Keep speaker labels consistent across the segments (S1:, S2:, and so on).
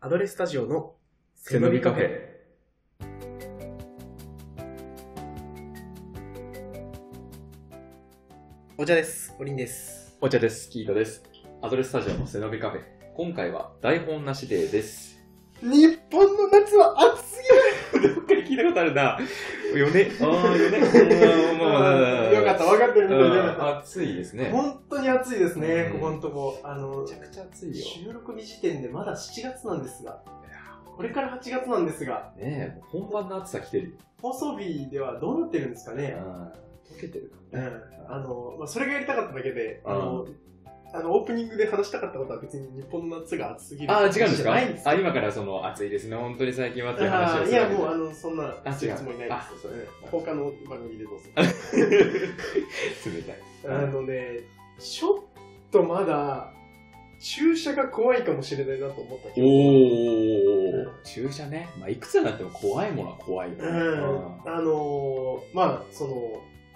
S1: アドレスタジオの
S2: 背伸びカフェ。
S1: お茶です。おりんです。
S2: お茶です。キートです。アドレススタジオの背伸びカフェ。今回は台本なしでです。
S1: 日本の夏は暑すぎ
S2: どっかで聞いたことあるな。4年、ああ、4年。まあまあまあまあ
S1: よかった、分かってる
S2: う
S1: よかっ
S2: ん暑いです
S1: た。
S2: ね。
S1: 本当に暑いですね、
S2: うん
S1: ここのとこ。あの
S2: め、ちゃくちゃ暑いよ。
S1: 収録日時点でまだ7月なんですが、これから8月なんですが、
S2: ねえ、もう本番の暑さ来てるよ。
S1: 放送日ではどうなってるんですかね。
S2: 溶けてる
S1: う
S2: 感じ。
S1: んあの、まあ、それがやりたかっただけで、あの
S2: う、
S1: あの、オープニングで話したかったことは別に日本の夏が暑すぎる。
S2: ああ、違うんですか
S1: ないんです
S2: あ、今からその暑いですね。本当に最近はっていう話
S1: あ
S2: を
S1: ーい
S2: する
S1: や、
S2: わけで
S1: もう、あの、そんな、
S2: あ
S1: する
S2: 違う
S1: つもりない
S2: あ
S1: です
S2: そうです
S1: うん。他の番組でどうぞ。
S2: 冷たい。
S1: あのね、ちょっとまだ、注射が怖いかもしれないなと思ったけど。
S2: おー、注射ね。まあ、いくつになっても怖いものは怖いよね。
S1: うん。あのー、まあ、その、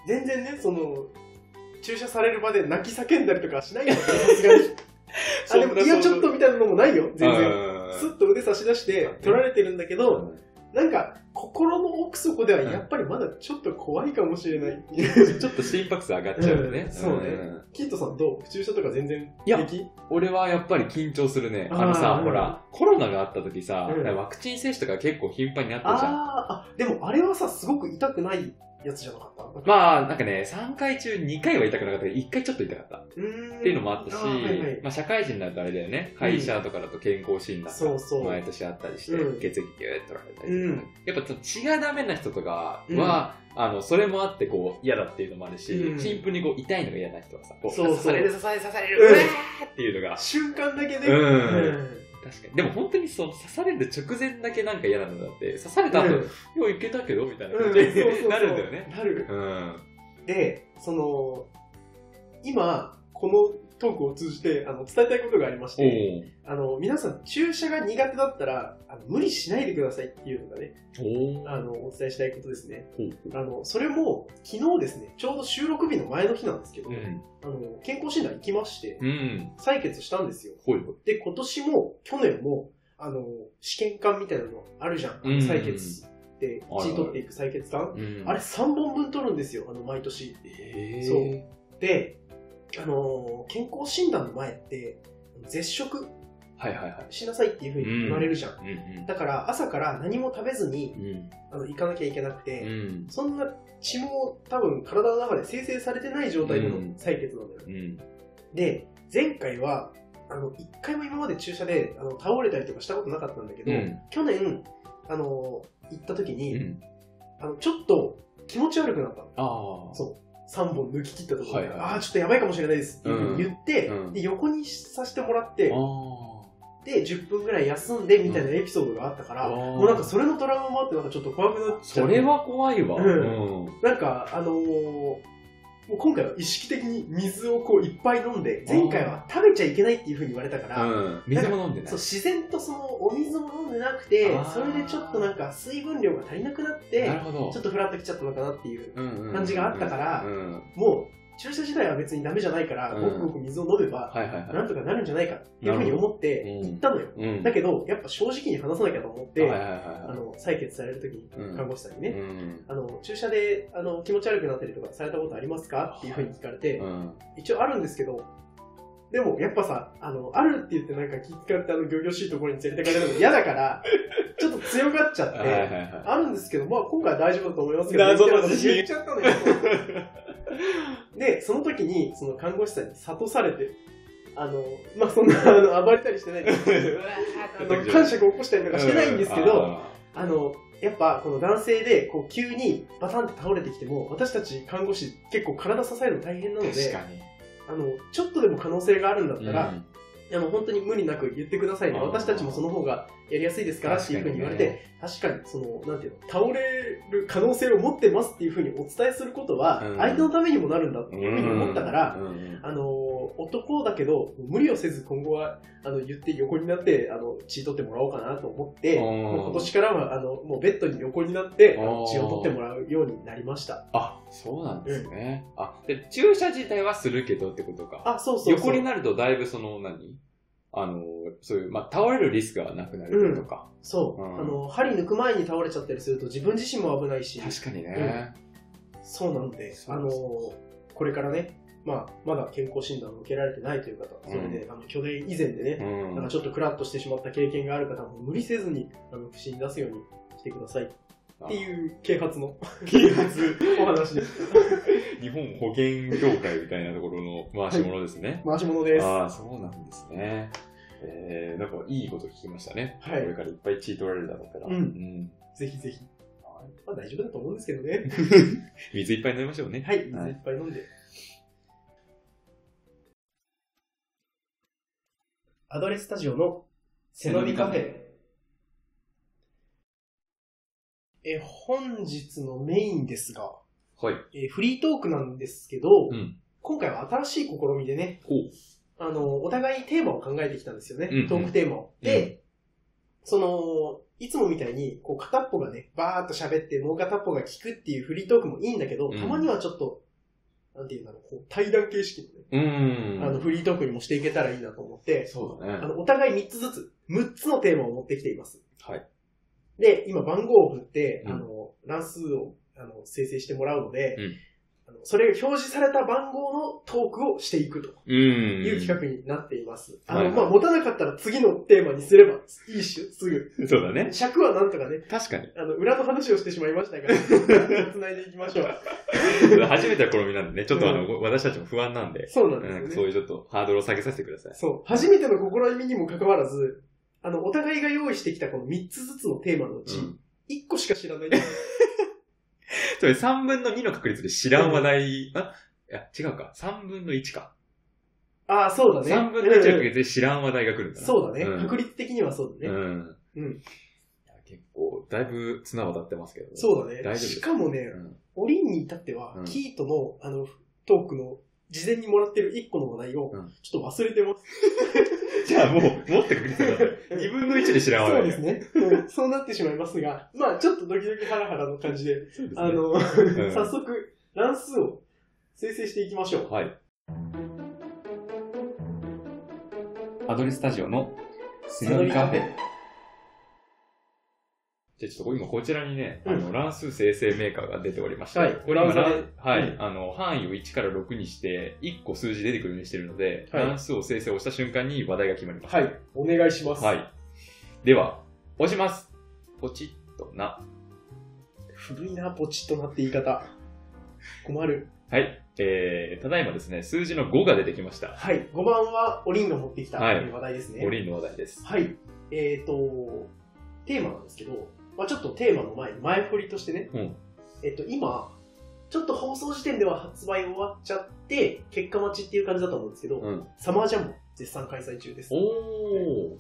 S1: 全然ね、その、注射されるまで泣き叫んだりとかはしないよ、さす がに。あ、でも、いや、ちょっとみたいなのもないよ、全然。
S2: 然
S1: スッと腕差し出して取られてるんだけど、なんか心の奥底ではやっぱりまだちょっと怖いかもしれ ない。
S2: ちょっと心拍数上がっちゃうよね。
S1: うんそうね
S2: ん
S1: キントさんどう注射とか全然
S2: いや
S1: 平気
S2: 俺はやっぱり緊張するね。
S1: あー
S2: あのさ、
S1: うん
S2: ほら、コロナがあった時さ、
S1: うん
S2: ワクチン接種とか結構頻繁にあったじゃん。
S1: あーあ、でもあれはさ、すごく痛くないやつじゃなかったまあ、
S2: まあ、なんかね、3回中2回は痛くなかったけど、1回ちょっと痛かった。っ
S1: うーん
S2: ていうのもあったし、
S1: ーはいはい
S2: まあ、社会人になるとあれだよね、会社とかだと健康診断
S1: そうそう。
S2: 毎年あったりして、
S1: うん
S2: 血液ギューッと取られたりとか、
S1: うん
S2: やっぱちょっと血がダメな人とかは、あのそれもあってこう嫌だっていうのもあるし、
S1: うん
S2: シンプルにこう痛いのが嫌な人はさこ
S1: そうそう
S2: 刺される刺される刺される、
S1: うん
S2: うわーっていうのが
S1: 瞬間だけで、
S2: うん
S1: うん
S2: 確かにでも本当にその刺される直前だけなんか嫌なのだって刺された後、
S1: うん
S2: よういけたけどみたいな
S1: うん
S2: 感じに
S1: そうそうそう
S2: なるんだよね
S1: なる。
S2: うん
S1: で、その、今、このトークを通じてあの伝えたいことがありまし
S2: お
S1: て、あの皆さん、注射が苦手だったらあの無理しないでくださいっていうのがね、
S2: お
S1: あのお伝えしたいことですね。
S2: ほう
S1: あのそれも昨日ですね、ちょうど収録日の前の日なんですけど、
S2: うん
S1: あの健康診断行きまして、
S2: うん
S1: 採血したんですよ。
S2: ほいほい
S1: で、今年も、去年も、あの、試験管みたいなのあるじゃん。
S2: うん
S1: 採血で、
S2: はいはい
S1: 血取っていく採血管。
S2: うん
S1: あれ3本分取るんですよ、あの、毎年。
S2: えー、
S1: そうで、あのー、健康診断の前って、絶食
S2: はいはいはい
S1: しなさいっていうふうに言われるじゃん。
S2: うんうん
S1: だから、朝から何も食べずに、
S2: うん
S1: あの、行かなきゃいけなく
S2: う
S1: て、
S2: ん
S1: そんな血も多分体の中で生成されてない状態での
S2: うん
S1: 採血なんだよね。
S2: うん
S1: で、前回は、あの、一回も今まで注射であの倒れたりとかしたことなかったんだけど、
S2: うん
S1: 去年、あの、行った時に、
S2: うん
S1: あの、ちょっと気持ち悪くなったの。
S2: ああ
S1: そう3本抜き切ったところで、
S2: はいはい
S1: ああ、ちょっとやばいかもしれないですっていうふうに言って、
S2: うんうん
S1: で横にさせてもらって、
S2: あ
S1: で、10分ぐらい休んでみたいなエピソードがあったから、
S2: うん
S1: もうなんかそれのトラウマもあって、なんかちょっと怖くなっ
S2: ー
S1: ちゃ
S2: そ
S1: って。
S2: れは怖いわ
S1: うん
S2: うん
S1: なんか、あのーもう今回は意識的に水をこういっぱい飲んで、前回は食べちゃいけないっていうふうに言われたから、
S2: うん水も飲んでない
S1: そう自然とそのお水も飲んでなくて
S2: あー
S1: それでちょっとなんか水分量が足りなくなっ
S2: なる
S1: て
S2: ほど
S1: ちょっとフラッときちゃったのかなっていう
S2: 感
S1: 感じがあったから
S2: うん
S1: もう注射自体は別にダメじゃないから、
S2: うん
S1: ごくごく水を飲めば
S2: はいはい
S1: な
S2: は
S1: んとかなるんじゃないかっていうふうに思って
S2: い。
S1: 行ったのよ、
S2: うんうん
S1: だけどやっぱ正直に話さなきゃと思って、
S2: はいはいはい
S1: あ
S2: は
S1: の採血される時に
S2: うん
S1: 看護師さんに
S2: い
S1: ね、
S2: うん
S1: あの注射であの気持ち悪くなったりとかされたことありますかっていうふうに聞かれて、
S2: うん
S1: 一応あるんですけど、でもやっぱさ、あの、あるって言ってなんか聞かれてあの、漁々しいところに連れてかれるの嫌だ から、ちょっと強がっちゃっ
S2: はいはい
S1: て、
S2: は
S1: あるんですけど、まあ今回は大丈夫だと思いますけど、
S2: 謎の
S1: みたいなこと言っちゃったのよ。で、その時に、その看護師さんに諭されて、あの、まあそんな、あの、暴れたりして ないです。あの、感触を起こしたりとか
S2: い。
S1: してないんですけど、
S2: あ
S1: あの、やっぱこの男性でこう急にバタンって倒れてきても私たち看護師結構体支えるの大変なの
S2: ー、
S1: で
S2: 確かに。
S1: あのちょっとでも可能性があるんだったら、
S2: うん
S1: あの本当に無理なく言ってくださいね、
S2: あー
S1: 私たちもその方がやりやすいですからっていうふうに言われて、確かに,、そのなんていうの倒れる可能性を持ってますっていうふうにお伝えすることは、
S2: うん
S1: 相手のためにもなるんだって
S2: 確かに
S1: い
S2: ね
S1: うふうに思ったから、
S2: うんうん
S1: あの男だけど無理をせず今後はあの言って横になってあの血取ってもらおうかなと思って、
S2: あー
S1: もう今年からはあのもうベッドに横になってあの
S2: あー
S1: 血を取ってもらうようになりました。
S2: あ、そうなんですね。あ、で、注射自体はするけどってことか。
S1: あそうそうそう
S2: 横になるとだいぶその何あの、そういう、まあ、倒れるリスクがなくなるとか。
S1: そう、
S2: うん
S1: あの針抜く前に倒れちゃったりすると自分自身も危ないし
S2: 確かにね。
S1: そうなんで
S2: そう
S1: あのこれからね、まあ、まだ健康診断を受けられてないという方それで、あの去年以前でね、
S2: うん。
S1: なんかちょっとクラッとしてしまった経験がある方も無理せずにあの不審に出すようにしてくださいっ
S2: あ
S1: ていう啓発の
S2: 啓発
S1: お話 です
S2: 日本保険業界みたいなところの回し物ですね。
S1: 回し物です
S2: ああ、そうなんですね。えー、なんかいいこと聞きましたね。
S1: は
S2: これ
S1: い
S2: からいっぱい血取られるだろうから。
S1: うん
S2: ん
S1: ぜひぜひ、まあ、大丈夫だと思うんですけどね
S2: 水いっぱい飲みましょうね。
S1: はい水
S2: はい
S1: いっぱい飲んでアドレススタジオの背伸びカフェえ本日のメインですが、
S2: はい。
S1: えーフリートークなんですけど、
S2: うん
S1: 今回は新しい試みでね
S2: ほう。
S1: あの、お互いテーマを考えてきたんですよね。
S2: うんうん
S1: トークテーマを。で、その、いつもみたいに、こう、片っぽがね、バーっと喋って、もう片っぽが聞くっていうフリートークもいいんだけど、
S2: うん
S1: たまにはちょっと、なんていうんだろう、こう対談形式のね、
S2: うー
S1: あの、
S2: ん。
S1: フリートークにもしていけたらいいなと思って、
S2: そう
S1: あ
S2: だね。
S1: の、お互い3つずつ、6つのテーマを持ってきています。
S2: はい。
S1: で、今番号を振って、
S2: うん
S1: あの、乱数をあの生成してもらうので、
S2: うん
S1: あのそれが表示された番号のトークをしていくと
S2: うーん。
S1: いう企画になっています。あの、
S2: はいはい
S1: まあ、持たなかったら次のテーマにすればいいし、すぐ。
S2: 画。そうだね。
S1: 尺はなんとかね、
S2: 確 かに。
S1: あの、裏の話をしてしまいました が、繋いでいきましょう。
S2: 初めての試みなんでね、ちょっとあの、私たちも不安なんで、
S1: そうなん
S2: なん
S1: で
S2: か
S1: す
S2: そ
S1: よ
S2: う
S1: ね。
S2: いうちょっとハードルを下げさせてください。
S1: そう。初めての試みにもかかわらず、あの、お互いが用意してきたこの3つずつのテーマのうち、
S2: うん。
S1: 1個しか知らない。
S2: それ3分の2の確率で知らん話題、あいや、違うか。3分の1か。
S1: ああ、そうだね。
S2: 3分の
S1: う
S2: 1の
S1: ん
S2: 確率で知らん話題が来るんだな。
S1: そうだね、
S2: ん
S1: 確率的にはそうだね。
S2: うん。
S1: うん
S2: いや結構、だいぶ綱渡ってますけど。
S1: そう
S2: 大
S1: だ
S2: 丈
S1: ね。
S2: 夫です
S1: しかもね、
S2: うん
S1: オリンに至っては、
S2: うん
S1: キートのあのトークの事前にもらってる1個の話題を
S2: うん
S1: ちょっと忘れてます。
S2: じゃあもう、もっと確率だった。2分の1で知らん話
S1: そう
S2: 題
S1: で
S2: が
S1: すね、うんそうなってしまいますが、まあちょっとドキドキハラハラの感じで、
S2: そうですね
S1: あの、
S2: ん
S1: 早速乱数を生成していきましょう。
S2: はい。アドレススタジオのスナカフェ。じゃあちょっと今こちらにね、
S1: うん
S2: あの乱数生成メーカーが出ておりまして、
S1: はい
S2: これ
S1: ブラウ
S2: 今
S1: ザ
S2: ら
S1: で、
S2: はい、
S1: う
S2: あの、範囲を1から6にして、1個数字出てくるようにしてるので、
S1: はい
S2: 乱数を生成をした瞬間に話題が決まります。
S1: はい、お願いします。
S2: はい。では、押します。ポチッとな。
S1: 古いな、ポチッとなって言い方。困る。
S2: はい。えー、ただいまですね、数字の5が出てきました。
S1: はい、5番はオリンが持ってきたと
S2: はい
S1: いう話題ですね。
S2: 五輪の話題です。
S1: はい。えっ、と、テーマなんですけど、まあ、ちょっとテーマの前に前振りとしてね、
S2: うん。
S1: えっ、と、今、ちょっと放送時点では発売終わっちゃって、結果待ちっていう感じだと思うんですけど、
S2: うん。
S1: サマージャンボ絶賛開催中です。
S2: お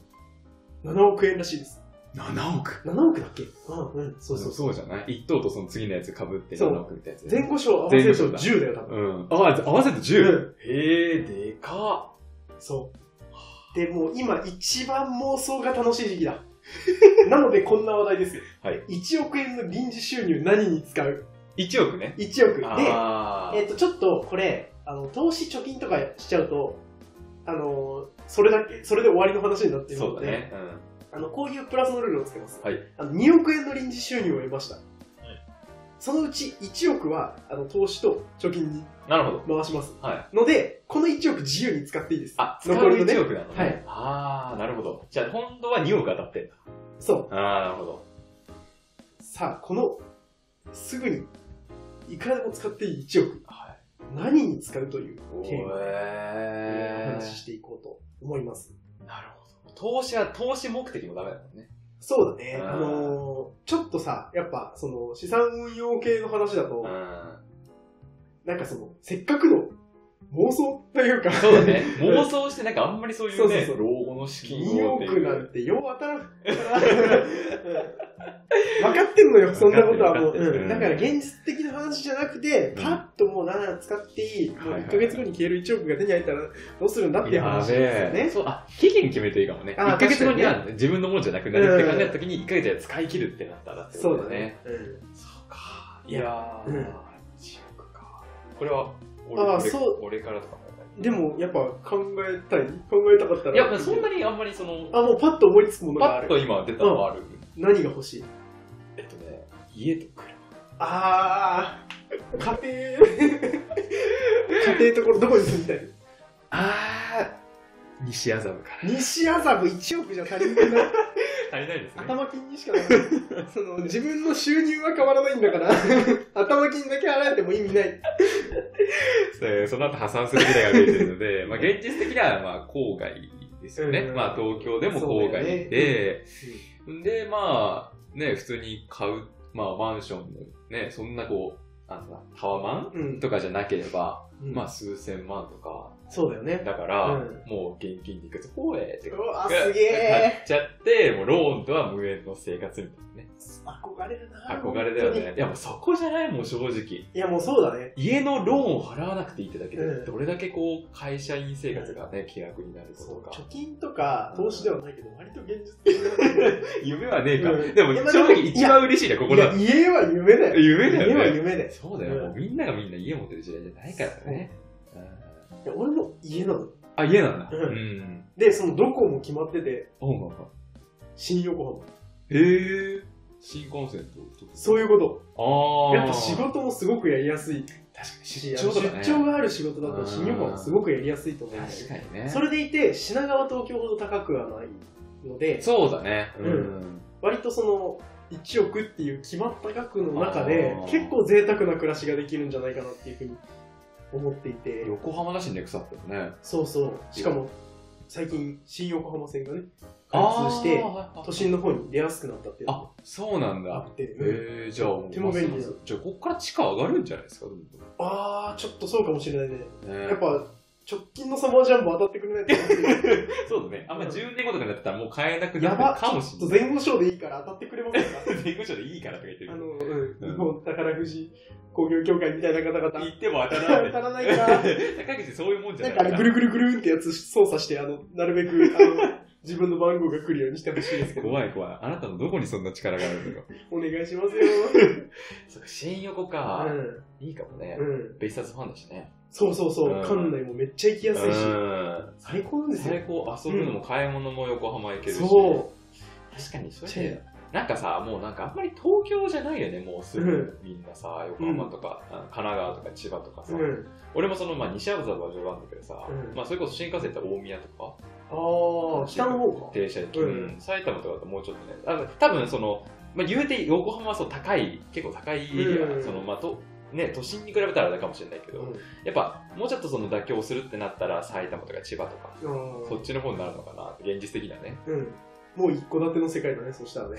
S2: ー。
S1: 7億円らしいです。
S2: 7億
S1: 7億だっけうんうん、そうそうそう。
S2: そうじゃない一等とその次のやつ被って
S1: そう
S2: 7億みたいなやつ。
S1: 前後賞合わせると
S2: 前後賞
S1: 10だよ、多分。
S2: うん。ああ、合わせて 10! へえ、でか
S1: そう。で、もう今一番妄想が楽しい時期 だ。なのでこんな話題ですよ。
S2: はい
S1: 1億円の臨時収入何に使う
S2: っ !1 億ね。
S1: ?1 億。で、
S2: あ
S1: えっ、と、ちょっとこれ、あの、投資貯金とかしちゃうと、あのーそれだけ、それで終わりの話になって
S2: ー
S1: るので
S2: そうだね。うん。
S1: あの、こういうプラスのルールをつけます。
S2: はい
S1: あの、2億円の臨時収入を得ました。そのうち1億は、あの、投資と貯金に
S2: なるほど。
S1: 回します。
S2: はい。
S1: ので、この1億自由に使っていいです。
S2: あ、使う
S1: 残りのね
S2: 1億なのね。
S1: はい。
S2: ああ、なるほど。じゃあ、本当は2億当たってんだ。
S1: そう。
S2: ああ、なるほど。
S1: さあ、この、すぐに、いくらでも使っていい1億。
S2: はい。
S1: 何に使うという
S2: お
S1: テーマでお
S2: え
S1: 話ししていこうと思います。
S2: ー。なるほど。投資は、投資目的もダメだもんね。
S1: そうだね。
S2: うん
S1: あのーちょっとさ、やっぱ、その、資産運用系の話だと
S2: う、ん。
S1: なんかその、せっかくの妄想という か、
S2: そうだね。妄想して、なんかあんまりそういうね、
S1: そうそうそう
S2: 老後の資金
S1: 2
S2: をっていう
S1: 億なんてよう当たらん。分かってんのよ、そんなことはも
S2: 分
S1: う。
S2: かってる
S1: うんだから現実的な話じゃなくて、
S2: うん
S1: パッともう7使っていい、もう
S2: はいはい
S1: 1ヶ月後に消える1億が手に入ったらどうするんだっていう話ですよね。
S2: そう、あ、期限決めていいかもね。
S1: あー
S2: 1ヶ月後に
S1: 確
S2: は自分のものじゃなくなるって考えた時に、1ヶ月で使い切るってなったらってこ
S1: そ
S2: と
S1: うだね。。うん
S2: そうか。いやー、
S1: うん
S2: 1億か。これは俺、
S1: あー
S2: 俺
S1: そう
S2: 俺からとかもやっぱり
S1: でも、やっぱ考えたい考えたかったら。
S3: いや、そんなにあんまりその、
S1: あ、もうパッと思いつくもの
S2: パ
S1: があ
S2: ッ
S1: る。
S2: と今出たのはある。
S1: 何が欲しい
S2: えっとね、家と車。
S1: あー、家庭。家庭ところどこに住みたい
S2: あー、西麻布か
S1: 西麻布1億じゃ足りないな。
S2: ら。足りないですね。
S1: 頭金にしかならない。その、自分の収入は変わらないんだから、頭金だけ払えても意味ない。
S2: えーその後破産する未来が見えてるので、まあ現実的にはまあ郊外ですよね。
S1: うん
S2: まあ東京でも郊外
S1: そうだ
S2: で、で、まあね、普通に買う、まあマンションのね、そんなこう、あのタワマ
S1: うん
S2: ン。とかじゃなければ、
S1: うん
S2: まあ、数千万とか、
S1: そうだよね。
S2: だから、
S1: うん
S2: もう現金でいくと、ほえって
S1: うわ、
S2: 買
S1: す
S2: っ
S1: げえ。
S2: ちゃって、もうローンとは無縁の生活みたいなね。
S1: 憧れるな
S2: 憧れだ
S1: 本
S2: よ
S1: 当
S2: ね
S1: に。
S2: いやもうそこじゃないもん、正直。
S1: いや、もうそうだね。
S2: 家のローンを払わなくていいってだけで、
S1: うん
S2: どれだけこう、会社員生活がね、気楽になること か。
S1: 貯金とか投資ではないけど、割と現実的な。
S2: 夢はねえか。
S1: うん
S2: でも
S1: いやまあ
S2: 正
S1: でも
S2: 直一番嬉しいね、ここ
S1: いや、
S2: だ。
S1: 家は夢だよ。
S2: 夢だよ
S1: は
S2: ね。
S1: 夢だよ。
S2: そうだよ、
S1: うん
S2: もうみんながみんな家持ってる時代じゃないからね。うん
S1: いや、俺も家なの。
S2: あ、家なんだ。
S1: うん
S2: うん。
S1: で、そのどこも決まってて、
S2: あ、なんだ。
S1: 新横浜。
S2: へえ。新幹線と。
S1: そういうこと。
S2: ああ。
S1: やっぱ仕事もすごくやりやすい
S2: 確かに
S1: し、
S2: 出張とかね。
S1: 出張がある仕事だと新横浜はすごくやりやすいと思うんだよ
S2: 確
S1: ね。
S2: かにね。
S1: それでいて、品川東京ほど高くはないので、
S2: そうだね。
S1: うん割とその、1億っていう決まった額の中で
S2: あー
S1: 結構贅沢な暮らしができるんじゃないかなっていうふうに思っていて
S2: 横浜だしね、腐ってもね。
S1: そうそうしかも最近新横浜線がね開通して
S2: あー
S1: 都心の方に出やすくなったっていうのが
S2: あ、そうなん
S1: あ
S2: だ。
S1: ってうん
S2: えー、じゃあもう、
S1: とても便利だ
S2: じゃあ、ここから地価上がるんじゃないですか、どんどん
S1: あーちょっとそうかもしれないね
S2: ね
S1: やっぱ直近のサマージャンボ当たってくれないと思ってる
S2: そうだね。あんま10年後とかになったらもう買えなくな
S1: やば
S2: るかもし
S1: ちょ
S2: れ
S1: っと
S2: ない。
S1: 前後賞でいいから当たってくれませんか
S2: 前後賞でいいからとか言って
S1: あ
S2: る
S1: の、うん、
S2: うん
S1: 日本宝くじ工業協会みたいな方々
S2: 言っても当たらな
S1: 当
S2: い。
S1: たらない から
S2: 高岸そういうもんじゃ
S1: な
S2: なんい
S1: かあれ、ぐ
S2: る
S1: るぐるぐるんってやつ操作して、あの、なるべく、あの、自分の番号が来るようにしてほしいですけど、
S2: 怖い怖い。あなたのどこにそんな力があるのよ。
S1: お願いしますよ。
S2: そっか、新横か。
S1: う
S2: いいかもね。
S1: ん。うん。
S2: ベイスターズファンだしね。
S1: そうそうそう
S2: う。ん
S1: 館内もめっちゃ行きやすいし、
S2: ん。
S1: 最高なんですよ
S2: 最。高、遊ぶのも買い物も横浜行けるし。
S1: そ
S2: 確かに、それ
S1: チェーン
S2: でなんかさ、もうなんかあんまり東京じゃないよね、もうすぐみんなさ、横浜とか、あ神奈川とか千葉とか
S1: う。
S2: さ。
S1: うん。
S2: 俺もその、まあ、西麻布は序盤だけどさ、
S1: うん
S2: まあ、それこそ新幹線だって大宮とか、
S1: ああ、北の方か。
S2: 停車駅、
S1: う
S2: うんん、埼玉とかだともうちょっとね、あの多分その、まあ、言うて横浜はそう高い、結構高いエリア、
S1: うん
S2: その、まあと、ね、都心に比べたらあれかもしれないけど、
S1: うん
S2: やっぱ、もうちょっとその妥協するってなったら、埼玉とか千葉とか、
S1: あ
S2: そ
S1: ー
S2: っちの方になるのかなって、現実的だね。
S1: うん。もう一戸建ての世界だね、そしたらね。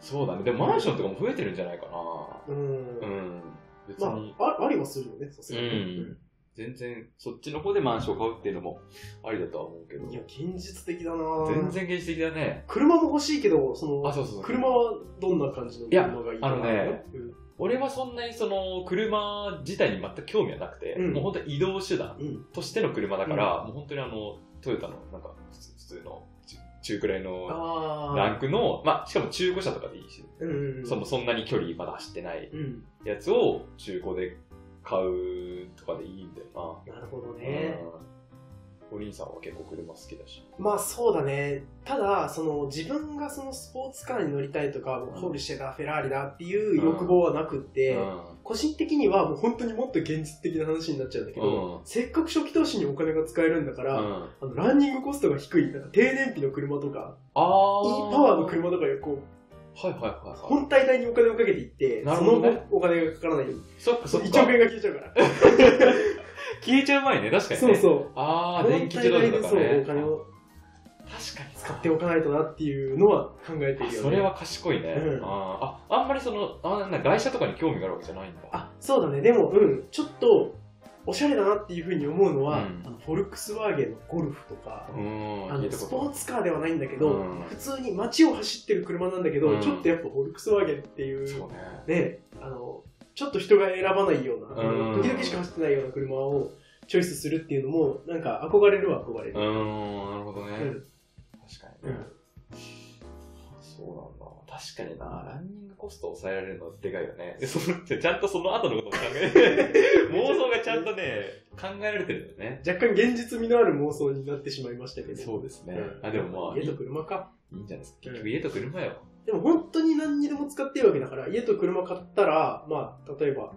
S2: そうだね。でもマンションとかも増えてるんじゃないかな。
S1: うん
S2: う。ん。別
S1: ま
S2: に、
S1: あ、あありはするよね、さす
S2: う
S1: がに。
S2: ん。全然、そっちの方でマンション買うっていうのもありだとは思うけど
S1: うん。いや、現実的だな
S2: 全。然現実的だね。
S1: 車も欲しいけど、そ
S2: あ、
S1: の、
S2: そうそうそう。
S1: 車はどんな感じの車がいいかな。
S2: いやあのね
S1: うん。
S2: 俺はそんなにその車自体に全く興味はなくて、
S1: うん
S2: もう本当に移動手段
S1: うん。
S2: としての車だから、もう本当にあの、トヨタのなんか普通普通の中中くらいの
S1: あ
S2: ランクの、まあしかも中古車とかでいいし、
S1: うんうんうん
S2: そのそんなに距離まだ走ってない
S1: うん
S2: やつを中古で買うとかでいいんだよ
S1: なるほど
S2: な。
S1: ね、
S2: うんお兄さんは結構車好きだし。
S1: まあそうだねただその自分がそのスポーツカーに乗りたいとか、
S2: ん
S1: ポルシェだフェラーリだっていう欲望はなくって、
S2: うん
S1: 個人的にはもう本当にもっと現実的な話になっちゃうんだけど、
S2: うん
S1: せっかく初期投資にお金が使えるんだから、
S2: うん
S1: あのランニングコストが低いなんか低燃費の車とか
S2: あ
S1: いい
S2: あ
S1: パワーの車とかこう
S2: はいはいはいはい。
S1: 本体代にお金をかけていって、
S2: なる
S1: そ
S2: ほ
S1: の
S2: どね
S1: 分お金がかからないように
S2: そっかそっ
S1: 1
S2: か。
S1: 億円が消えちゃうから
S2: 消えちゃう前ね、確かにね。
S1: そうそう
S2: あ あ、
S1: 本
S2: 電
S1: 体
S2: 気自動車
S1: 代で
S2: とか
S1: そう
S2: ね。
S1: お金を
S2: 確かに
S1: 使
S2: 使
S1: っておかないとなっていうのは考えてるよね。
S2: それは賢いね。
S1: うん
S2: あーあ、あんまりその、あなんだ外車とかに興味があるわけじゃないんだ。
S1: あそうだねでもうんちょっとおしゃれだなっていうふうに思うのは、
S2: うん
S1: あのフォルクスワーゲンのゴルフとか、
S2: うー
S1: あ
S2: ん、
S1: のスポーツカーではないんだけど、
S2: うん
S1: 普通に街を走ってる車なんだけど、
S2: うん
S1: ちょっとやっぱフォルクスワーゲンっていう
S2: そうね。
S1: ねあのちょっと人が選ばないような、
S2: うん
S1: 時々しか走ってないような車をチョイスするっていうのもなんか憧れるは憧れ
S2: う
S1: る。
S2: ーん、なるほどね。
S1: うん
S2: 確か
S1: う
S2: にね
S1: ん。
S2: そうなんだ。確かにな、ランニングコスト抑えられるのはでかいよね。で そのちゃんとその後のことも考 え妄想がちゃんとね、考えられてるんだよね。
S1: 若干現実味のある妄想になってしまいましたけど。
S2: そうですね。
S1: うん
S2: あ、でもまあ、いい
S1: 家と車か。
S2: いいんじゃないですか。結局家と車よ。
S1: でも本当に何にでも使っているわけだから、家と車買ったら、まあ、例えば、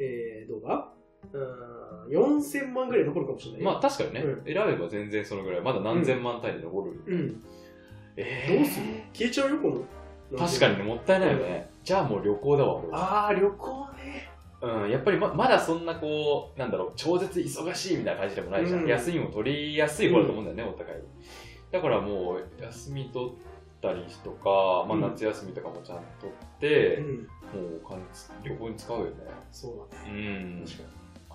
S1: えー、どうだうーん、4000万ぐらい残るかもしれない。
S2: まあ確かにね、
S1: うん
S2: 選べば全然そのぐらい。まだ何千万単位で残る。
S1: うん。
S2: え
S1: どうする消えちゃうよ、この。
S2: 確かにね、。もったいないよね。じゃあもう旅行だわ、俺は
S1: あー、旅行ね。
S2: うん、やっぱりままだそんなこう、なんだろう、超絶忙しいみたいな感じでもないじゃん。
S1: うん
S2: 休みも取りやすい方だと思うんだよね、お互い。だからもう、休み取ったりとか、ま
S1: うん
S2: あ、夏休みとかもちゃんと取って、
S1: ん。
S2: もうお金つ旅行に使うよね。
S1: そうだね。
S2: うん。
S1: 確か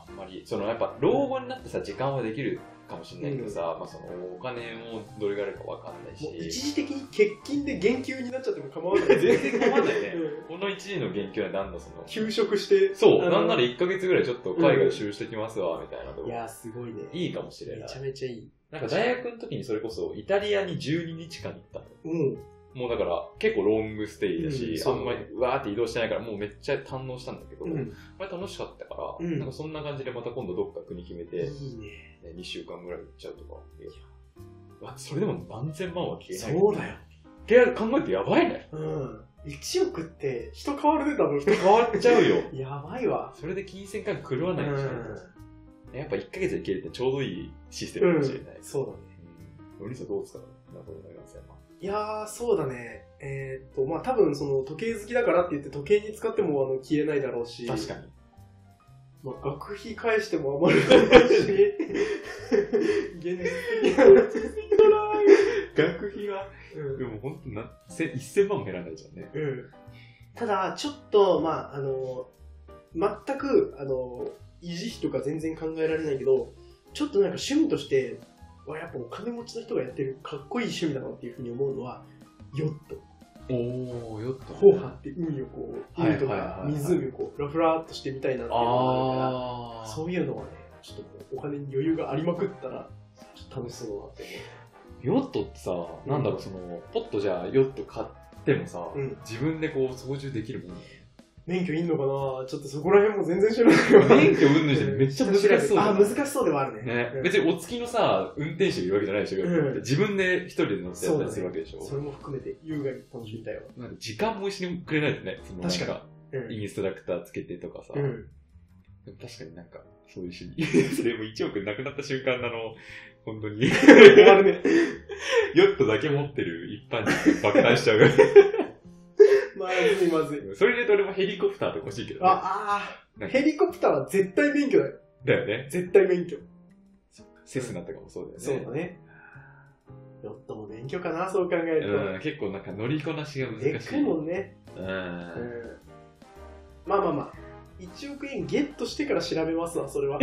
S2: あんまり、そのやっぱ老後になってさ、時間はできるかもしれないけどさ、まあそのお金もどれぐらいあるかわかんない
S1: に。もう
S2: し。
S1: 一時的に欠勤で減給になっちゃっても構わない。
S2: 全然構わないね
S1: うん。
S2: この一時の言及は何だその。
S1: 休職して。
S2: そう、
S1: あの
S2: なんなら1ヶ月ぐらいちょっと海外就職してきますわ、みたいなとこ
S1: いやー、すごいね。
S2: いいかもしれ
S1: め
S2: な
S1: ちゃ
S2: い。
S1: めちゃいい。
S2: なんか大学の時にそれこそイタリアに12日間行ったの。
S1: うん。
S2: もうだから結構ロングステイだ
S1: うん
S2: し、
S1: そう
S2: あんまりうわーって移動してないからもうめっちゃ堪能したんだけど、
S1: うん。
S2: あれ楽しかったか
S1: う
S2: ら、
S1: ん
S2: なんかそんな感じでまた今度どっか国決め
S1: い
S2: て、ね、
S1: いね。
S2: 2週間ぐらい行っちゃうとか。うわそれでも何千万は消えない。
S1: そうだよ。
S2: って考えてやばいね。
S1: うん。1億って人変わるね、多分。
S2: 変わっちゃうよ。
S1: やばいわ。
S2: それで金銭感狂わないでしょ
S1: う
S2: やっぱ1ヶ月でいけるってちょうどいいシステムかもしれない。
S1: ん。そうだね。
S2: うん。お兄さんどうですかなんか思いますよ
S1: いやー、そうだね。えーっと、まあ多分その時計好きだからって言って時計に使ってもあの消えないだろうし、
S2: 確かに。
S1: まあ、学費返しても余るだろ うし、現実的な落ち着きだな
S2: 学費は
S1: うん
S2: でも本当な、せ1000万も減らないじゃんね。
S1: うんただ、ちょっと、まあ、あの、全く、あの、維持費とか全然考えられないけど、ちょっとなんか趣味として、わやっぱお金持ちの人がやってるかっこいい趣味だなっていうふうに思うのは、ヨット。
S2: おー、ヨット
S1: ホーハって海をこう、
S2: はい
S1: 海と
S2: はいはい
S1: か
S2: はい
S1: 湖をこう、ラフラーっとしてみたいなっていうのがあるか
S2: あ
S1: ら、
S2: ー。
S1: そういうのはね、ちょっともうお金に余裕がありまくったら、ちょっと楽しそうだなって
S2: ヨットってさ、なんだろう、その、ポッとじゃあヨット買ってもさ、
S1: 思う。うん。
S2: 自分でこう操縦できるもん
S1: 免許いんのかなちょっとそこら辺も全然知らないよ。
S2: 免許運転して めっちゃ難しそうだ
S1: あ、
S2: な
S1: 難しそうではあるね。
S2: ね
S1: う、ん
S2: 別にお付きのさ、運転手いるわけじゃないでしょ、ヨットって
S1: うん
S2: 自分で一人で乗ってやったりするわけでしょ。
S1: それも含めて優雅に楽しみたいわ。
S2: なんか時間も一緒にくれないとね、そのなん
S1: 確かうん
S2: インストラクターつけてとかさ、
S1: うん。
S2: でも確かになんか、そういう趣味。 それも1億なくなった瞬間あの、本当に、ヨ
S1: 終わるね。
S2: ットだけ持ってる一般人爆誕しちゃう。
S1: まずいまずい。
S2: それで言うと俺もヘリコプターとか欲しいけどね。
S1: あ、あ
S2: な
S1: ー
S2: んか
S1: ヘリコプターは絶対免許だよ。
S2: だよね。
S1: 絶対免許。
S2: セスナとかもそうだよね。
S1: そうだね。ヨットも免許かな、そう考える
S2: うん、結構なんか乗りこなしが難
S1: と。
S2: しい。
S1: でっかいもんね。
S2: うん。
S1: うん。まあまあまあ。1億円ゲットしてから調べますわ、 それは。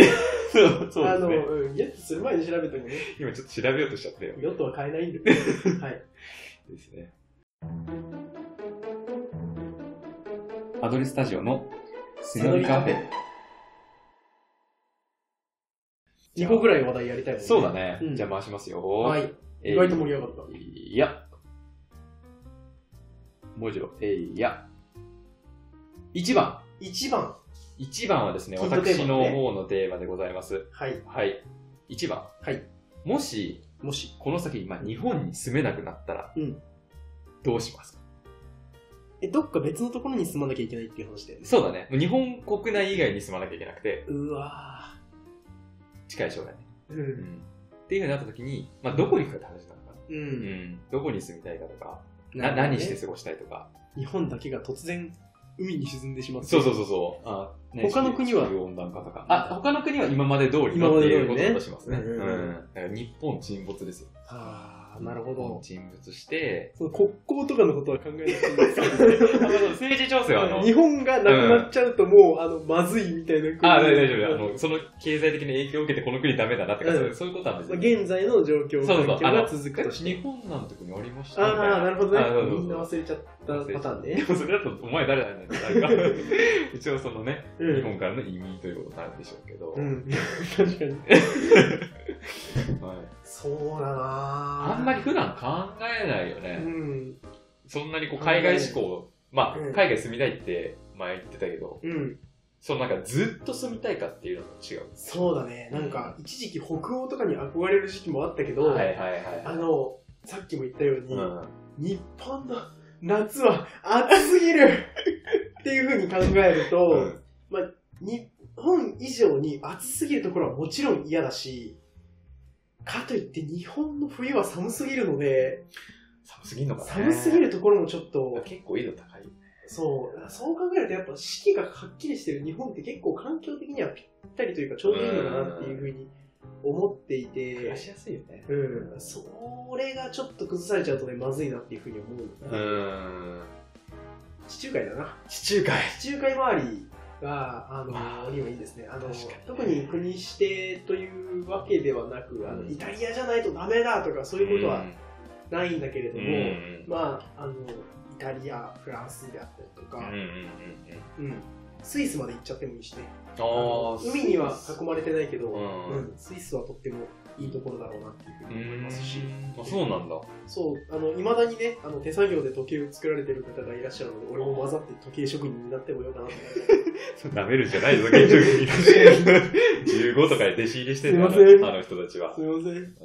S2: そうそう
S1: あ
S2: です
S1: の、
S2: ね。
S1: うんゲットする前に調べといてね。
S2: 今ちょっと調べようとしちゃったよ。
S1: ヨットは買えないん で。はい。
S2: ですね。アドレスタジオのスナカフェ。
S1: 2個ぐらい話題やりたいもんね。
S2: そうだね。
S1: うん
S2: じゃあ回しますよ。
S1: はい。
S2: えい。
S1: 意外と盛り上がった。
S2: いや。もう一度。えいや。1番。
S1: 1番。
S2: 1番はですね、
S1: ヒントテーマね
S2: 私の方のテーマでございます。
S1: はい。
S2: はい。1番。
S1: はい。
S2: もし、
S1: もし。
S2: この先、まあ、日本に住めなくなったら、
S1: うん
S2: どうしますか
S1: え、どっか別のところに住まなきゃいけないっていう話だよね。
S2: そうだね。日本国内以外に住まなきゃいけなくて、
S1: うわ
S2: 近い将来ね。
S1: ぁ。う。
S2: うんん。っていうふうになった時に、まあ、どこに行くかって話なのかな。
S1: う。
S2: うんん。どこに住みたいかとか、
S1: なる
S2: な
S1: ほどね
S2: 何して過ごしたいとか。
S1: 日本だけが突然海に沈んでしまって
S2: そうそうそうそう。あね
S1: 他の国は
S2: 地球温暖化とか。あ、他の国は今まで通り
S1: 今まで通りね
S2: っていうことだとしますね。
S1: うん
S2: うん。だから日本沈没ですよ。
S1: ああなるほ
S2: 日本
S1: ど
S2: 沈没して、
S1: その国交とかのことは考えなくていい ですか
S2: 政治情勢 はあの、
S1: 日本がなくなっちゃうともう、あのまずいみたいな国
S2: あ、大丈夫、大丈夫。あの、その経済的な影響を受けてこの国ダメだなってか、
S1: うん
S2: そういうことは別
S1: まあ
S2: に。
S1: 現在の状況
S2: そうそう
S1: 環境が続くとし
S2: え
S1: て
S2: 日本なんて国ありました
S1: あ
S2: みたい
S1: あなるほどね
S2: あそうそうそう
S1: みんな忘れちゃったパターン
S2: で
S1: ね、
S2: もそれだと、お前誰だよねって なるから一応そのね、
S1: う
S2: 日
S1: ん
S2: 本からの移民ということになるんでしょうけど。
S1: うん確かに
S2: はい、
S1: そうだな
S2: あんまり普段考えないよ
S1: う
S2: ね。
S1: ん
S2: そんなにこう海外志向、まあ、
S1: うん
S2: 海外住みたいって前言ってたけど、
S1: うん。
S2: そのなんかずっと住みたいかっていうのも違う。
S1: そうだね。なんか、一時期北欧とかに憧れる時期もあったけど、
S2: はいはいはい。
S1: あの、さっきも言ったように、
S2: うん、
S1: 日本の夏は暑すぎる っていうふうに考えると、
S2: うん
S1: 日本以上に暑すぎるところはもちろん嫌だし、かといって日本の冬は寒すぎるので、
S2: 寒すぎんのかな
S1: 寒すぎるところもちょっと、
S2: 結構いいの高い。
S1: そう、そう考えるとやっぱ四季がはっきりしてる日本って結構環境的にはぴったりというかちょうどいいのかなっていうふうに思ってい
S2: 暮ら
S1: て、
S2: しやすいよね。
S1: うん、それがちょっと崩されちゃうとね、まずいなっていうふうに思う。
S2: うーん。
S1: 地中海だな。
S2: 地中海。
S1: 地中海周りが、あ
S2: あ
S1: の、
S2: ー
S1: にはいいですね。あの、
S2: 確かに
S1: 特に国指定というわけではなく、あの
S2: うん
S1: イタリアじゃないとダメだとかそう
S2: と
S1: いうことはないんだけれど
S2: うん。
S1: も、
S2: うん
S1: まあ、あの、イタリア、フランスであったりと
S2: うんうん
S1: か
S2: うん、うん。
S1: うんスイスまで行っちゃってもいいしね。
S2: あー
S1: 海には囲まれてないけど、
S2: うん
S1: うんスイスはとってもいいところだろうなっていうふうに思いますし、
S2: うーんあそうなんだ。
S1: そう、あの、いまだにね、あの手作業で時計を作られてる方がいらっしゃるので、俺も混ざって時計職人になってもようか なと思って。
S2: 舐めるんじゃないぞ、現状に。15とかで弟子入りしてんだ
S1: すいません
S2: あの人たちは。
S1: すいません。
S2: うん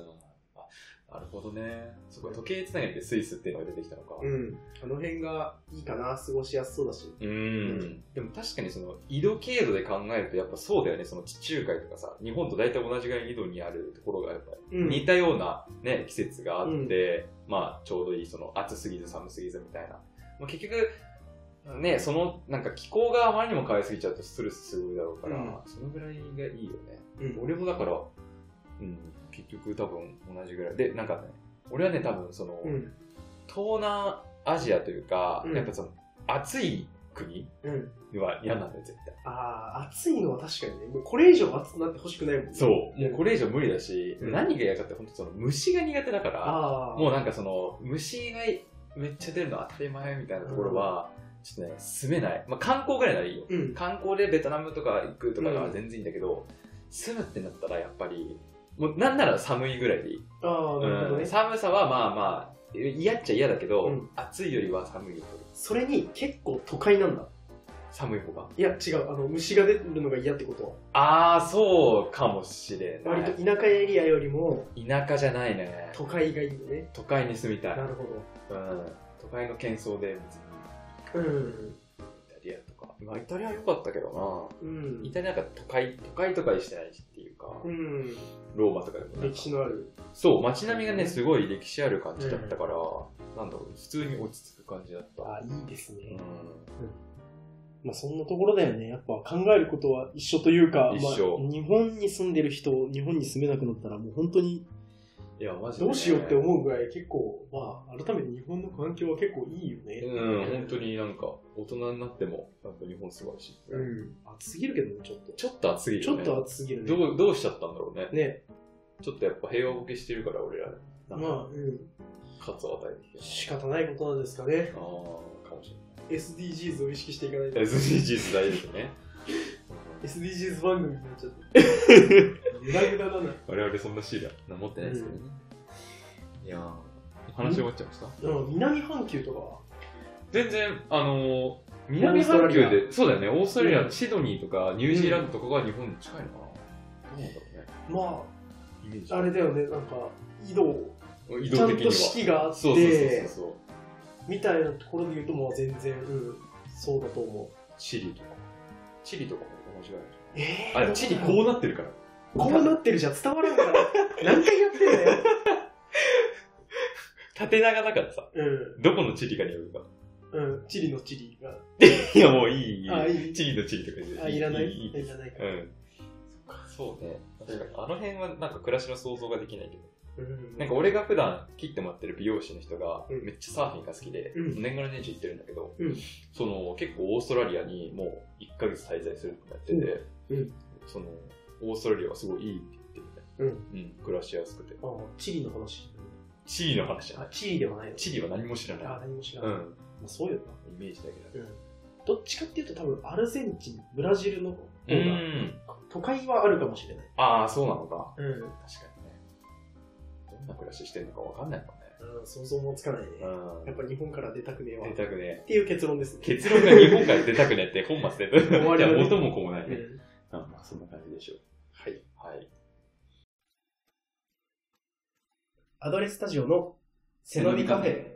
S2: あなるほどね。そこ時計つなげてスイスっていうのが出てきたのか。
S1: うん、あの辺がいいかな、過ごしやすそうだし。
S2: うーん。でも確かにその緯度経度で考えるとやっぱそうだよね。その地中海とかさ、日本と大体同じぐらいの緯度にあるところがやっぱ
S1: うん
S2: 似たようなね、季節があって、まあちょうどいいその暑すぎず寒すぎずみたいな。まあ、結局、ね、そのなんか気候があまりにも変わりすぎちゃうとストレスすごいだろうから、
S1: うん
S2: そのぐらいがいいよね。
S1: うん
S2: 俺もだから、うん、結局多分同じぐらい。で、なんかね、俺はね、多分その、
S1: うん、
S2: 東南アジアというか、
S1: うん
S2: やっぱその暑い国
S1: うん。
S2: は嫌なんだよ、絶対。
S1: ああ、暑いのは確かにね、もうこれ以上暑くなってほしくないもんね。
S2: そう。もうこれ以上無理だし、
S1: うん
S2: 何が嫌かって本当その虫が苦手だから、
S1: ああ、
S2: もうなんかその虫がめっちゃ出るの当たり前みたいなところは、ちょっとね、住めない。まあ観光ぐらいならいいよ。
S1: うん、
S2: 観光でベトナムとか行くとか
S1: う
S2: が
S1: ん
S2: 全然いいんだけど、住むってなったらやっぱり、もうなんなら寒いぐらいでいい。
S1: ああ、なるほど
S2: うん
S1: ね。
S2: 寒さはまあまあ、嫌っちゃ嫌だけど、
S1: うん
S2: 暑いよりは寒いより
S1: それに結構都会なんだ。
S2: 寒い方が。
S1: いや、違う、あの、虫が出るのが嫌ってことは。
S2: ああ、そうかもしれない。
S1: 割と田舎エリアよりも
S2: 田舎じゃないね。
S1: 都会がいいよね。
S2: 都会に住みたい。
S1: な
S2: うん。
S1: るほ
S2: 都会の喧騒で別に
S1: ど。うん、
S2: イタリアとか。まあ、イタリア良かったけど
S1: う
S2: な。イ
S1: ん、
S2: タリアなんか都会、都会とかにしてないっていうか、
S1: うん、
S2: ローマとかでもな
S1: 歴
S2: んか。
S1: 史のある。
S2: そう、街並みがね、すごい歴史ある感じだったから、なんだろう、普通に落ち着く感じだった。
S1: ああ、いいです
S2: う
S1: ね。
S2: ん。
S1: まあ、そんなところだよね。やっぱ考えることは一緒というか、
S2: 一緒
S1: まあ、日本に住んでる人、日本に住めなくなったら、もう本当に
S2: いや、マジでね、
S1: どうしようって思うぐらい結構、まあ、改めて日本の環境は結構いいよね。
S2: うん、本当になんか、大人になっても、なんか日本すごいしい。
S1: ん。暑すぎるけどね、ちょっと。
S2: ちょっと暑い
S1: ちょ
S2: よ
S1: っ
S2: ね。
S1: と暑すぎるね。
S2: どう、どうしちゃったんだろうね。
S1: ね。
S2: ちょっとやっぱ平和ボケしてるから、俺ら。
S1: まあ、
S2: なんか、
S1: うん。
S2: 喝を与えてきて。
S1: 仕方ないことなんですかね。
S2: ああ、かもしれない。
S1: SDGs を意識していかないと。
S2: SDGs 大事ですね。
S1: SDGs 番組になっちゃって。グダグダだな。
S2: 我々そんなシーラ持ってないですけどね。いやー、話終わっちゃいました
S1: でも南半球とかは
S2: 全然、あのー、南半球で、そうだよね、オーストラリアのシドニーとかニュージーランドとかが日本に近いのかな。どうなんだろ
S1: ま
S2: うね。イメージ
S1: あ、あれだよね、なんか、移動、
S2: 移
S1: ちゃ
S2: 動
S1: ん
S2: 的に
S1: と
S2: は。
S1: 四季があっ
S2: そうそうそう
S1: て、
S2: そう。
S1: みたいなところで言うと、もう全然、うん、そうだと思う。
S2: チリとか。チリとかも面白い。
S1: え
S2: あ、チリこうなってるから。
S1: こうなってるじゃん伝わらんから。何回やってんだよ。
S2: 縦長だからさ、
S1: う
S2: どこのチリかによるか。
S1: ん。うん。チリのチリが。
S2: いや、もういい。
S1: あいい
S2: チリのチリとかで
S1: あ、いらない
S2: いい
S1: いらないか。
S2: うん。そうね。確かに。あの辺はなんか暮らしの想像ができないけど。
S1: うん
S2: なんか、俺が普段切ってもらってる美容師の人が、
S1: うん
S2: めっちゃサーフィンが好きで、
S1: うん
S2: 年がら年中行ってるんだけど、
S1: うん
S2: その結構オーストラリアにもう1ヶ月滞在するってなってて、
S1: うんうん
S2: その、オーストラリアはすごいいいって言って
S1: うん。
S2: みたい。うん。暮らしやすくて。
S1: あ、チリの話。
S2: チリの話じゃな
S1: あ
S2: い、。
S1: チリではないの。
S2: チリは何も知らない。
S1: あ、何も知ら
S2: う
S1: ない。ま
S2: ん。
S1: あ、そうよ
S2: イメージだけ
S1: な。
S2: だね。
S1: うん。どっちかっていうと多分アルゼンチン、ブラジルの方
S2: う
S1: が、
S2: ん。
S1: 都会はあるかもしれない。
S2: ああ、そうなのか。
S1: うん。
S2: 確かにね。どんな暮らししてるのかわかんないもんね。
S1: うん想像もつかないね。
S2: うん
S1: やっぱ日本から出たくねえわ。
S2: 出
S1: った
S2: くね
S1: ていう結論ですね。
S2: 結論が 日本から出たくねって本末転
S1: 終わり
S2: 倒。じ
S1: だ
S2: ゃ
S1: ね
S2: 元も子もないうね。
S1: ん
S2: うん、まあそんな感じでしょ
S1: はい。
S2: う。はい。
S1: アドレスタジオの背伸びカフェ。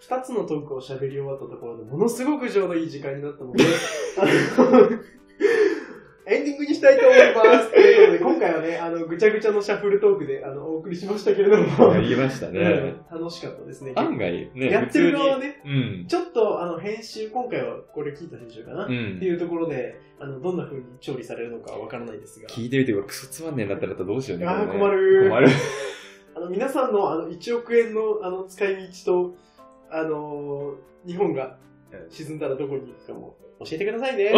S1: 二つのトークを喋り終わったところでものすごくちょうどいい時間になった ので、あのエンディングにしたいと思います。ということで、今回はね、あの、ぐちゃぐちゃのシャッフルトークで、あの、お送りしましたけれども、
S2: 言いましたね。
S1: うん楽しかったですね。
S2: 案外ね、
S1: やってる側
S2: 普
S1: はね、
S2: 通に。うん。
S1: ちょっと、あの、編集、今回はこれ聞いた編集かな、
S2: う
S1: って
S2: ん。
S1: いうところで、あの、どんな風に調理されるのかわからないですが、
S2: 聞いてみて、うわクソつまんねえなってなったらどうしようね。
S1: あー
S2: これね
S1: 困る
S2: 困る。
S1: あの、皆さんのあの、1億円のあの、使い道と、あのー日本が沈んだらどこに行くかも教えてくださいね。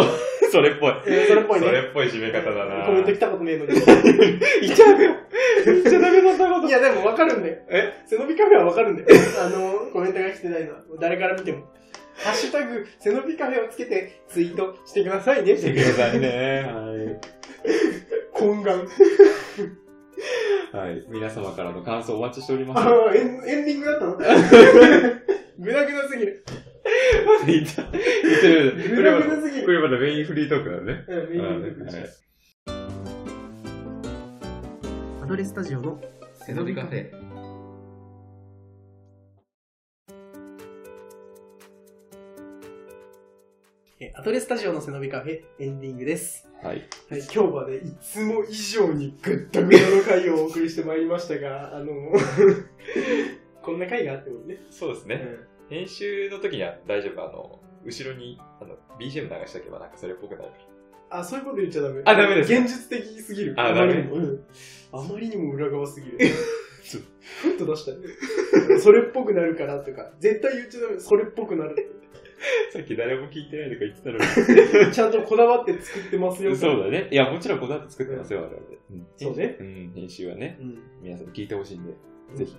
S2: それっぽい。
S1: えーそれっぽいね
S2: それっぽい締め方だな。
S1: コメント来たことねえの に。
S2: 言っちゃうよ。言っちゃダメだ、そんなこと
S1: い。や、でもわかるんだよ。
S2: え
S1: 背伸びカフェはわかるんだよ。あのーコメントが来てないのは、誰から見ても。ハッシュタグ、背伸びカフェをつけて、ツイートしてくださいね。
S2: してください ね。
S1: 懇願。
S2: はい。はい。皆様からの感想お待ちしております。
S1: あのエン、エンディングだった のぐだぐだすぎる。
S2: 言った。言ってる。
S1: ぐ
S2: これ
S1: だ
S2: ま
S1: ぐだすぎ
S2: だ、
S1: る
S2: こ。れまだメインフリートークだね。
S1: うんメインブックですアドレスタジオの
S2: 背伸びカフェ。
S1: えアドレスタジオの背伸びカフェエンディングです。
S2: はい。
S1: はい、今日はね、いつも以上にぐったぐたの回をお送りしてまいりましたが、あの、 こんな回があってもね。
S2: そうです
S1: う
S2: ね。
S1: ん
S2: 編集の時には大丈夫。あの、後ろに、あの、BGM 流しとけばなんかそれっぽくなる か
S1: あ、そういうこと言っちゃダメ。
S2: あダメですか
S1: 現実的すぎる。
S2: あ
S1: まり
S2: ダメ
S1: にも。うんあまりにも裏側す ぎる。ふっと出したよ。それっぽくなるからとか、絶対言っちゃダメ。それっぽくな る。
S2: ら。さっき誰も聞いてないとか言ってたのに。
S1: ちゃんとこだわって作ってますよ。
S2: そうだね。いや、もちろんこだわって作ってますよ、我々。うん
S1: そうね。
S2: うん、編集はね、
S1: うん。
S2: 皆さん聞いてほしいんで、ぜひ、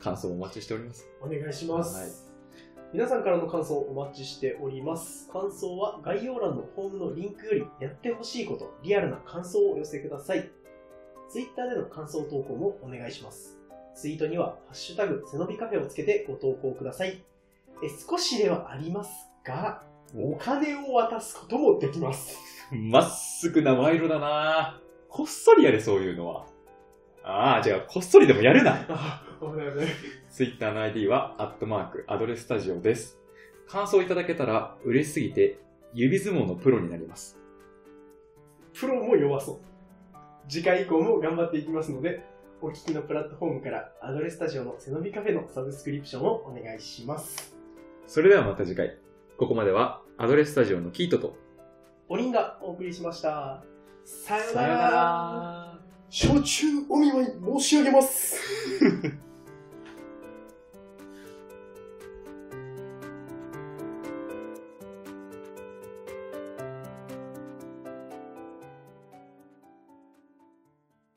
S2: 感想お待ちしております。
S1: お願いします、
S2: はい
S1: 皆さんからの感想をお待ちしております感想は概要欄のホームのリンクよりやってほしいことリアルな感想をお寄せください Twitter での感想投稿もお願いしますツイートには「ハッシュタグ背伸びカフェ」をつけてご投稿くださいえ少しではありますがお金を渡すこともできます
S2: まっすぐな賄賂だなこっそりやれ、そういうのは。ああ、違う、こっそりでもやる な。
S1: ああ危ない危ない
S2: Twitter の ID は、アットマーク、アドレスタジオです。感想いただけたら、嬉しすぎて、指相撲のプロになります。
S1: プロも弱そう次回以降も頑張っていきますのでお聞きのプラットフォームからアドレスタジオの背伸びカフェのサブスクリプションをお願いします
S2: それではまた次回。ここまでは、アドレスタジオのキートと、
S1: おりんがお送りしましたさようなら
S2: ら。
S1: 焼酎お見舞い申し上げます